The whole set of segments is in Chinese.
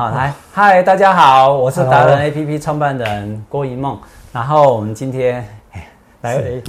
好，来，嗨，大家好，我是达人 APP 创办人郭一梦。然后我们今天哎来哎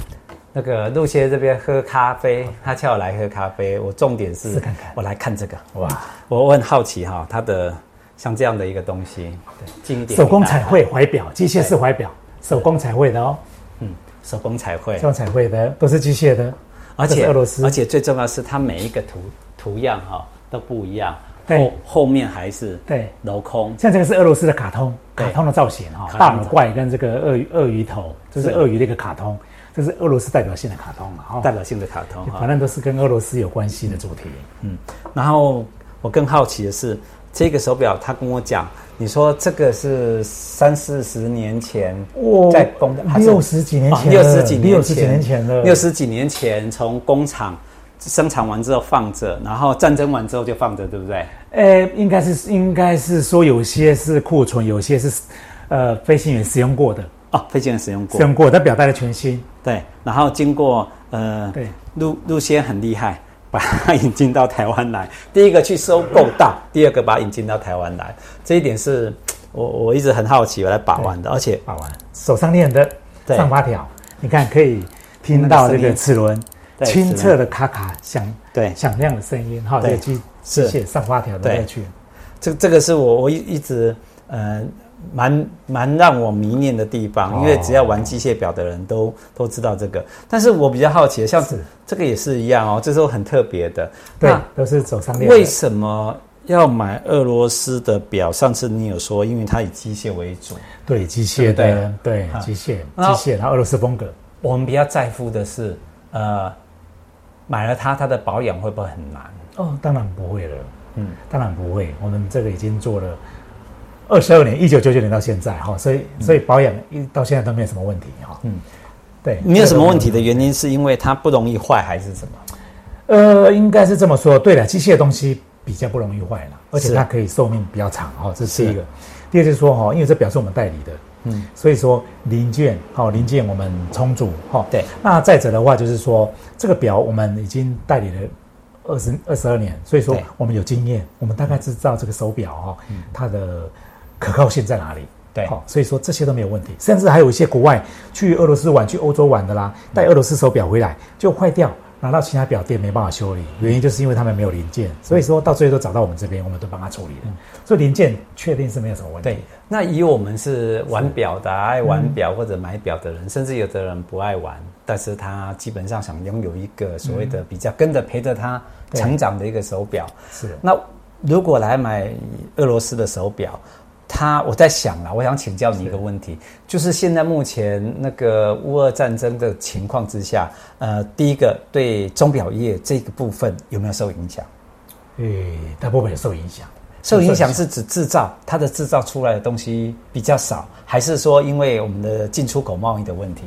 那个陆先这边喝咖啡，他叫我来喝咖啡。我重点是，我来看这个哇，我我很好奇哈、它的像这样的一个东西，对，经典手工彩，绘怀表，机械式怀表，手工彩绘的哦，嗯，手工彩绘这，种彩绘的都是机械的，而这且是俄罗斯而且最重要的是它每一个图图样哈、都不一样，对后后面还是对镂空，像这个是俄罗斯的卡通，对卡通的造型哈、卡通的大脑怪跟这个鳄鱼鳄鱼头，这是是鳄鱼的一个卡通，这是俄罗斯代表性的卡通了哈、代表性的卡通哈、反正都是跟俄罗斯有关系的主题。嗯，然后我更好奇的是，这个手表他跟我讲，你说这个是三四十年前哇在工厂，还是哦六十几年前哦六十几年前，六十几年前了六十几年前从工厂生产完之后放着，然后战争完之后就放着，对不对？呃，应该是应该是说有些是库存，有些是呃飞行员使用过的，哦，飞行员使用过使，用过，但表带的全新。对，然后经过呃对，陆陆先很厉害，把它引进到台湾来。第一个去收购 到，第二个把它引进到台湾来，这一点是我我一直很好奇，我来把玩的，而且把玩，手上链的对上八条，你看可以听到这个齿轮对清澈的咔咔响对响亮的声音，哈，这对个机机是械上八条的对乐趣。这这个是我我一一直呃蛮蛮让我迷恋的地方，因为哦只要玩机械表的人都都知道这个。但是我比较好奇的，像是这个也是一样哦，这是很特别的。对那，都是手上链为的。什么要买俄罗斯的表？上次你有说，因为它以机械为主。对，机械对的，对啊，机械，然后机械，然后俄罗斯风格。我们比较在乎的是，呃，买了它，它的保养会不会很难？哦，当然不会了，嗯，当然不会。我们这个已经做了二十二年，一九九九年到现在哈，所以所以保养一到现在都没有什么问题哈。嗯嗯，对，没有什么问题的原因是因为它不容易坏，还是什么？呃，应该是这么说。对了，机械的东西比较不容易坏了，而且它是可以寿命比较长哦，这是是一个。第二就是说哈、哦，因为这表示我们代理的，嗯，所以说零件哦，零件我们充足哈、哦。对。那再者的话，就是说这个表我们已经代理了。二十二十二年，所以说对嗯我们有经验，我们大概知道这个手表哈、哦，它的可靠性在哪里。对好、所以说这些都没有问题，甚至还有一些国外去俄罗斯玩、去欧洲玩嗯的啦，带俄罗斯手表回来就坏掉，拿到其他表店没办法修理，原因就是因为他们没有零件，所以说到最后都找到我们这边，我们都帮他处理了，所以零件确定是没有什么问嗯题。对，那以我们是嗯玩表的、爱玩表或者买表的人，甚至有的人不爱玩，但是他基本上想拥有一个所谓的比较跟着陪着他对成长的一个手表。是的，那如果来买俄罗斯的手表，他我在想啦，我想请教你一个问题，就是现在目前那个乌俄战争的情况之下，呃，第一个对钟表业这个部分有没有受影响？诶，大部分有受影响，受影响是指制造，它的制造出来的东西比较少，还是说因为我们的进出口贸易的问题？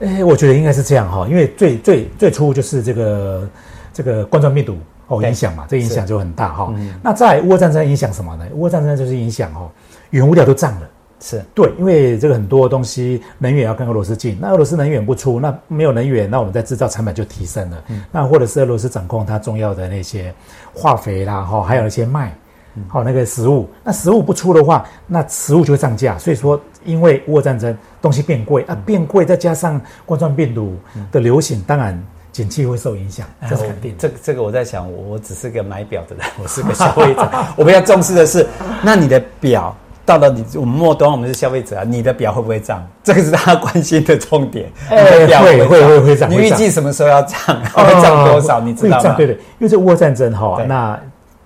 诶，我觉得应该是这样哈、因为最最最初就是这个这个冠状病毒哦对影响嘛，这影响是嗯就很大哈、那在乌俄战争影响什么呢？乌俄战争就是影响哦，原物料都涨了。是对，因为这个很多东西能源要跟俄罗斯进，那俄罗斯能源不出，那没有能源，那我们在制造成本就提升了。嗯那或者是俄罗斯掌控它重要的那些化肥啦，哈、还有那些麦，嗯好、那个食物，那食物不出的话，那食物就会涨价。所以说，因为乌俄战争，东西变贵嗯啊，变贵，再加上冠状病毒的流行，当然景气会受影响，哎这哦是肯定的。这个这个我在想，我我只是个买表的人， 我是个消费者，我比较重视的是，那你的表到了你我们末端，我们是消费者啊，你的表会不会涨？ 这个是大家关心的重点。 哎你的表会会会涨你会预涨计什么时候要涨？ 会涨多少？哦你知道会涨吗？对对，因为这乌俄战争哈、对那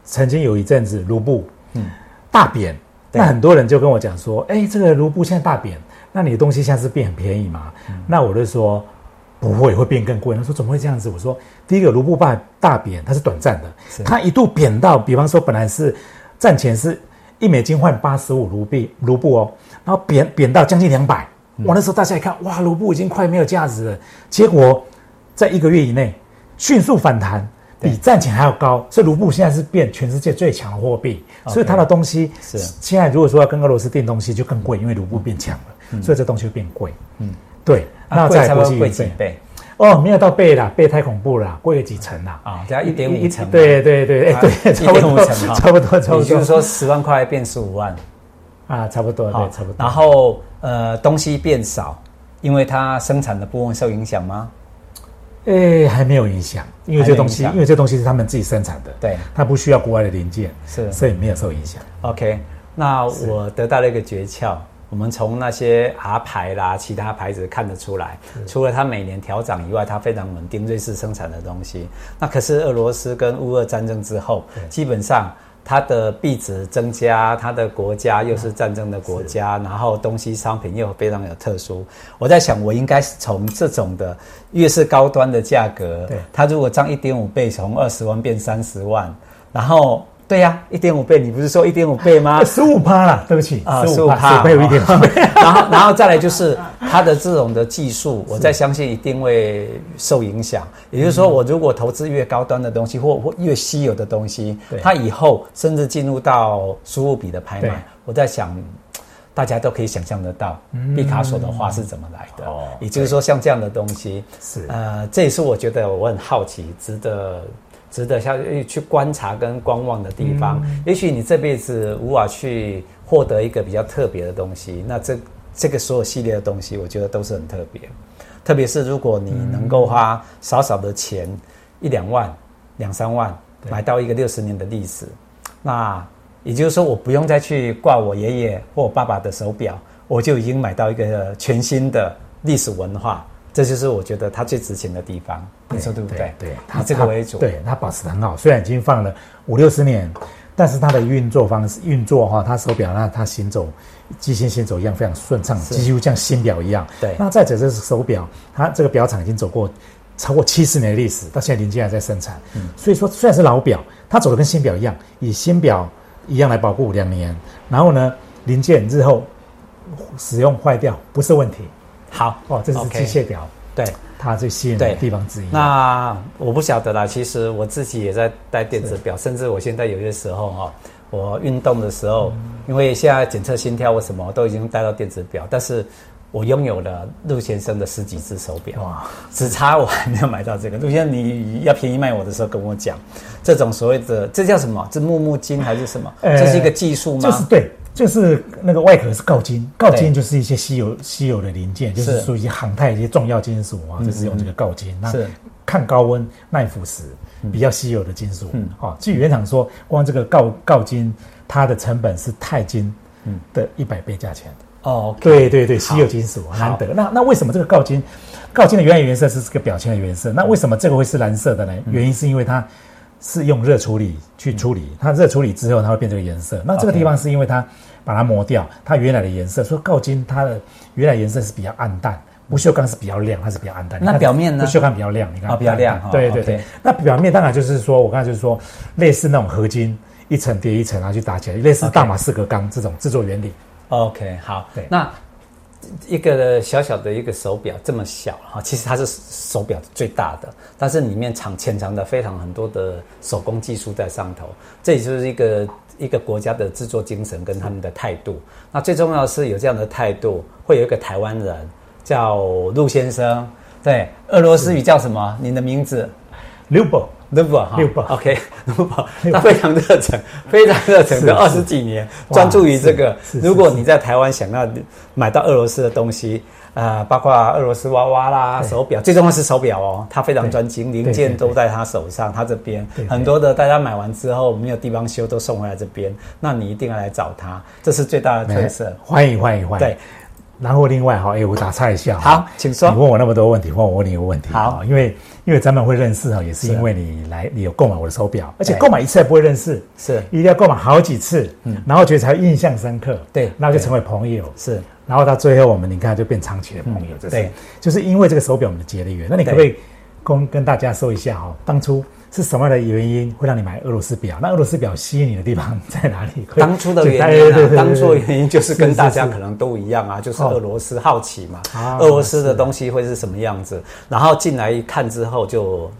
曾经有一阵子卢布嗯大贬，对那很多人就跟我讲说，哎，这个卢布现在大贬，那你的东西现在是变很便宜嘛？嗯那我就说。不会，会变更贵。他说怎么会这样子？我说第一个卢布大大贬，它是短暂是的，它一度贬到，比方说本来是战前是一美金换八十五卢币卢布哦，然后贬贬到将近两百。嗯哇，那时候大家一看，哇，卢布已经快没有价值了。结果在一个月以内迅速反弹，比战前还要高，所以卢布现在是变全世界最强的货币，所以它的东西是现在如果说要跟俄罗斯订东西就更贵，因为卢布变强了，所以这东西会变贵。嗯，对，啊那贵在差国不际多贵运几费，倍？哦，没有到倍啦，倍太恐怖了，过个几层啦。啊，只要一点五层嘛，对对对，哎、对，啊差不多， 1.5层哈差不多，差也就不是多说十万块变十五万，啊，差不多，好对，差不多。然后呃，东西变少，因为它生产的部分受影响吗？诶，哎还没有影响，因为这东西，还没有影响因为这东西是他们自己生产的，对它不需要国外的零件，是所以没有受影响。 OK，那我得到了一个诀窍。我们从那些 R 牌啦，其他牌子看得出来，除了它每年调涨以外，它非常稳定，瑞士生产的东西。那可是俄罗斯跟乌俄战争之后，基本上它的币值增加，它的国家又是战争的国家，然后东西商品又非常有特殊。我在想，我应该是从这种的越是高端的价格对，它如果涨一点五倍，从二十万变三十万，然后。对呀、1一点五倍，你不是说一点五倍 吗？啊十五趴啦，对不起，啊， 15%十五趴， 15%有一点哦 然后，然后再来就是它的这种的技术，我在相信一定会受影响。也就是说，我如果投资越高端的东西，或或越稀有的东西对，它以后甚至进入到苏富比的拍对卖，我在想。大家都可以想象得到，毕卡索的画是怎么来的。哦也就是说，像这样的东西，是呃，这也是我觉得我很好奇，值得值得下去观察跟观望的地方。也许你这辈子无法去获得一个比较特别的东西，那这这个所有系列的东西，我觉得都是很特别。特别是如果你能够花少少的钱，一两万、两三万，买到一个六十年的历史，那也就是说，我不用再去挂我爷爷或我爸爸的手表，我就已经买到一个全新的历史文化。这就是我觉得它最值钱的地方，你说对不对？对，以这个为主。，对，它保持得很好，虽然已经放了五六十年，但是它的运作方式运作哈，它手表那它行走，机芯行走一样非常顺畅，是几乎像新表一样。对那再者这是手表，它这个表厂已经走过。超过七十年的历史，到现在零件还在生产，嗯所以说虽然是老表，它走的跟新表一样，以新表一样来保护两年，然后呢，零件日后使用坏掉不是问题好，哦，这是 OK 机械表对。它最吸引人的对地方之一。那我不晓得啦，其实我自己也在戴电子表，甚至我现在有些时候哈、哦我运动的时候，因为现在检测心跳或什么都已经带到电子表，但是我拥有了陆先生的十几只手表，哇只差我还没有买到这个。陆先生，你要便宜卖我的时候跟我讲，这种所谓的这叫什么？这木木金还是什么？呃这是一个技术吗？就是对，就是那个外壳是锆金，锆对金就是一些稀有稀有的零件，就是是嗯属于航太一些重要金属啊，就是用这个锆金，那是抗高温、耐腐蚀，比较稀有的金属。嗯哦，据原厂说，光这个锆锆金，它的成本是钛金嗯的一百倍价钱。哦，对对对，稀有金属难得。那那为什么这个锆金，锆金的原来原色是这个表情的原色？那为什么这个会是蓝色的呢？嗯原因是因为它是用热处理去嗯处理，它热处理之后它会变这个颜色。那这个 OK 地方是因为它把它磨掉它原来的颜色，所以锆金它的原来颜色是比较暗淡。不锈钢是比较亮，它是比较暗淡。那你看表面呢不锈钢比较亮，你看哦比较亮哦对对对 OK。那表面当然就是说，我刚才就是说，类似那种合金一层叠一层，然后去打起来，类似 OK 大马士革钢这种制作原理。 OK，好对，那一个小小的一个手表这么小哈，其实它是手表最大的，但是里面藏潜藏的非常很多的手工技术在上头，这也就是一个一个国家的制作精神跟他们的态度。那最重要的是有这样的态度，会有一个台湾人叫陆先生，对，俄罗斯语叫什么？您的名字？ l u b o 卢宝哈，六宝，OK，卢 宝，他非常热忱，非常热忱，是这二十几年哇专注于这个是是。如果你在台湾想要买到俄罗斯的东西，呃，包括俄罗斯娃娃啦、手表，最重要是手表哦，他非常专精，零件都在他手上，他这边对对很多的大家买完之后没有地方修，都送回来这边，那你一定要来找他，这是最大的特色。哎欢迎欢迎欢迎。对，然后另外哈，哎，我打岔一下哈，好请说你问我那么多问题，换我问你一个问题。好哈因为因为咱们会认识哈，也是因为你来，你有购买我的手表，而且对购买一次还不会认识，是一定要购买好几次，然后觉得才印象深刻，嗯对那就成为朋友。是，嗯然后到最后，我们你看就变长期的朋友，这是对就是因为这个手表我们结了缘。那你可不可以跟跟大家说一下哈，当初是什么样的原因会让你买俄罗斯表？那俄罗斯表吸引你的地方在哪里？可以当初的简单原因对对啊，对当初对的原因就是跟是大家是可能都一样啊，就是哦俄罗斯好奇嘛啊，俄罗斯的东西会是什么样子？然后进来一看之后就。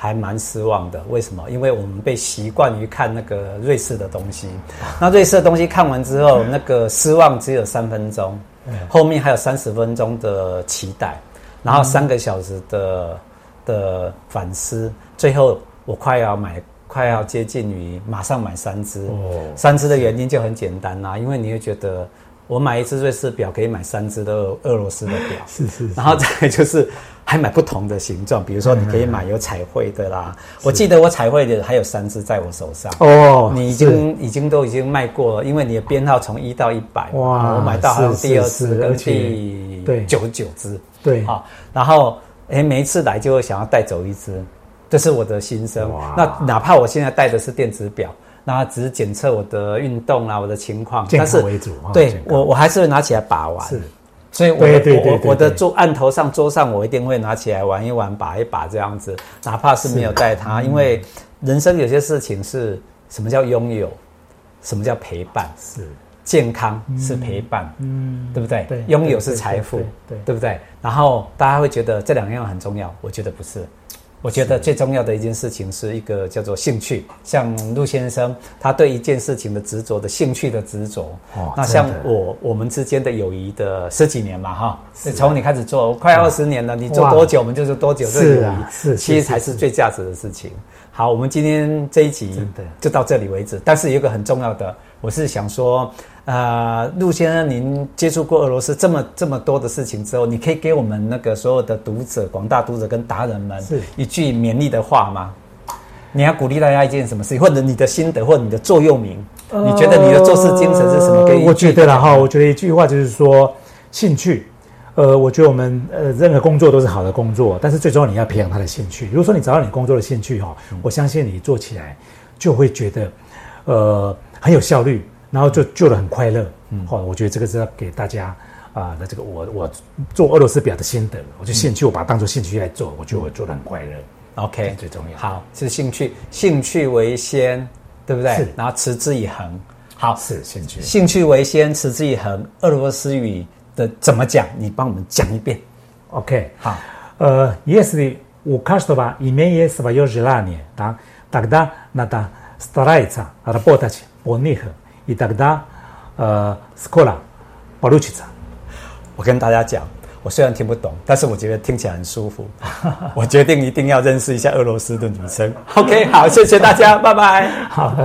还蛮失望的，为什么？因为我们被习惯于看那个瑞士的东西，哦那瑞士的东西看完之后，那个失望只有三分嗯钟，后面还有三十分钟的期待，然后三个小时的的反思，最后我快要买，快要接近于马上买三只。哦，三只的原因就很简单啦、因为你会觉得我买一只瑞士表可以买三只的俄俄罗斯的表，是是是然后再来就是还买不同的形状，比如说你可以买有彩绘的啦。嗯我记得我彩绘的还有三只在我手上。哦，你已是经已经都已经卖过了，因为你的编号从一到一百，哇我买到好像是第二是只是跟而且第对九十九只，对好，啊然后哎，每一次来就会想要带走一只，这是我的心声哇。那哪怕我现在戴的是电子表，那只是检测我的运动啊，我的情况，健但康是为主哈对健康我我还是会拿起来把玩。是所以我对的对对我对我的对桌案头上桌上，我一定会拿起来玩一玩，把一把这样子，哪怕是没有带它，因为人生有些事情是什么叫拥有，什么叫陪伴，是，健康是陪伴，嗯对不对？对拥有对是对财对富，对对不对？然后大家会觉得这两样很重要，我觉得不是。我觉得最重要的一件事情是一个叫做兴趣，像陆先生他对一件事情的执着的兴趣的执着。哦那像真的我我们之间的友谊的十几年嘛哈，从你开始做快二十年了，你做啊哇多久我们就是多久这个是友啊谊，是是其实是才是最价值的事情。好，我们今天这一集真的就到这里为止。但是有一个很重要的，我是想说，呃，陆先生，您接触过俄罗斯这么这么多的事情之后，你可以给我们那个所有的读者、广大读者跟达人们是一句勉励的话吗？你要鼓励大家一件什么事情，或者你的心得，或者你的座右铭？呃你觉得你的做事精神是什么？可以呃一句我觉得啦哈，我觉得一句话就是说兴趣。呃，我觉得我们呃任何工作都是好的工作，但是最重要你要培养他的兴趣。如果说你找到你工作的兴趣哈、嗯我相信你做起来就会觉得呃很有效率，然后就做得很快乐。嗯，好、我觉得这个是要给大家啊、那这个我我做俄罗斯表的心得，我就兴嗯趣，我把它当做兴趣来做，我觉得我做得很快乐。 OK 最重要好，是兴趣，兴趣为先，对不对是？然后持之以恒。好，是兴趣。兴趣为先，持之以恒。俄罗斯语的怎么讲？你帮我们讲一遍。 OK，好， Э, Если у каждого имеет свое желание, да, тогда надо стараться работать по них, и тогда э, скоро получится. 我跟大家讲，我虽然听不懂，但是我觉得听起来很舒 服。我决定一定要认识一下俄罗斯的女生。OK，好，谢谢大家，拜拜。好。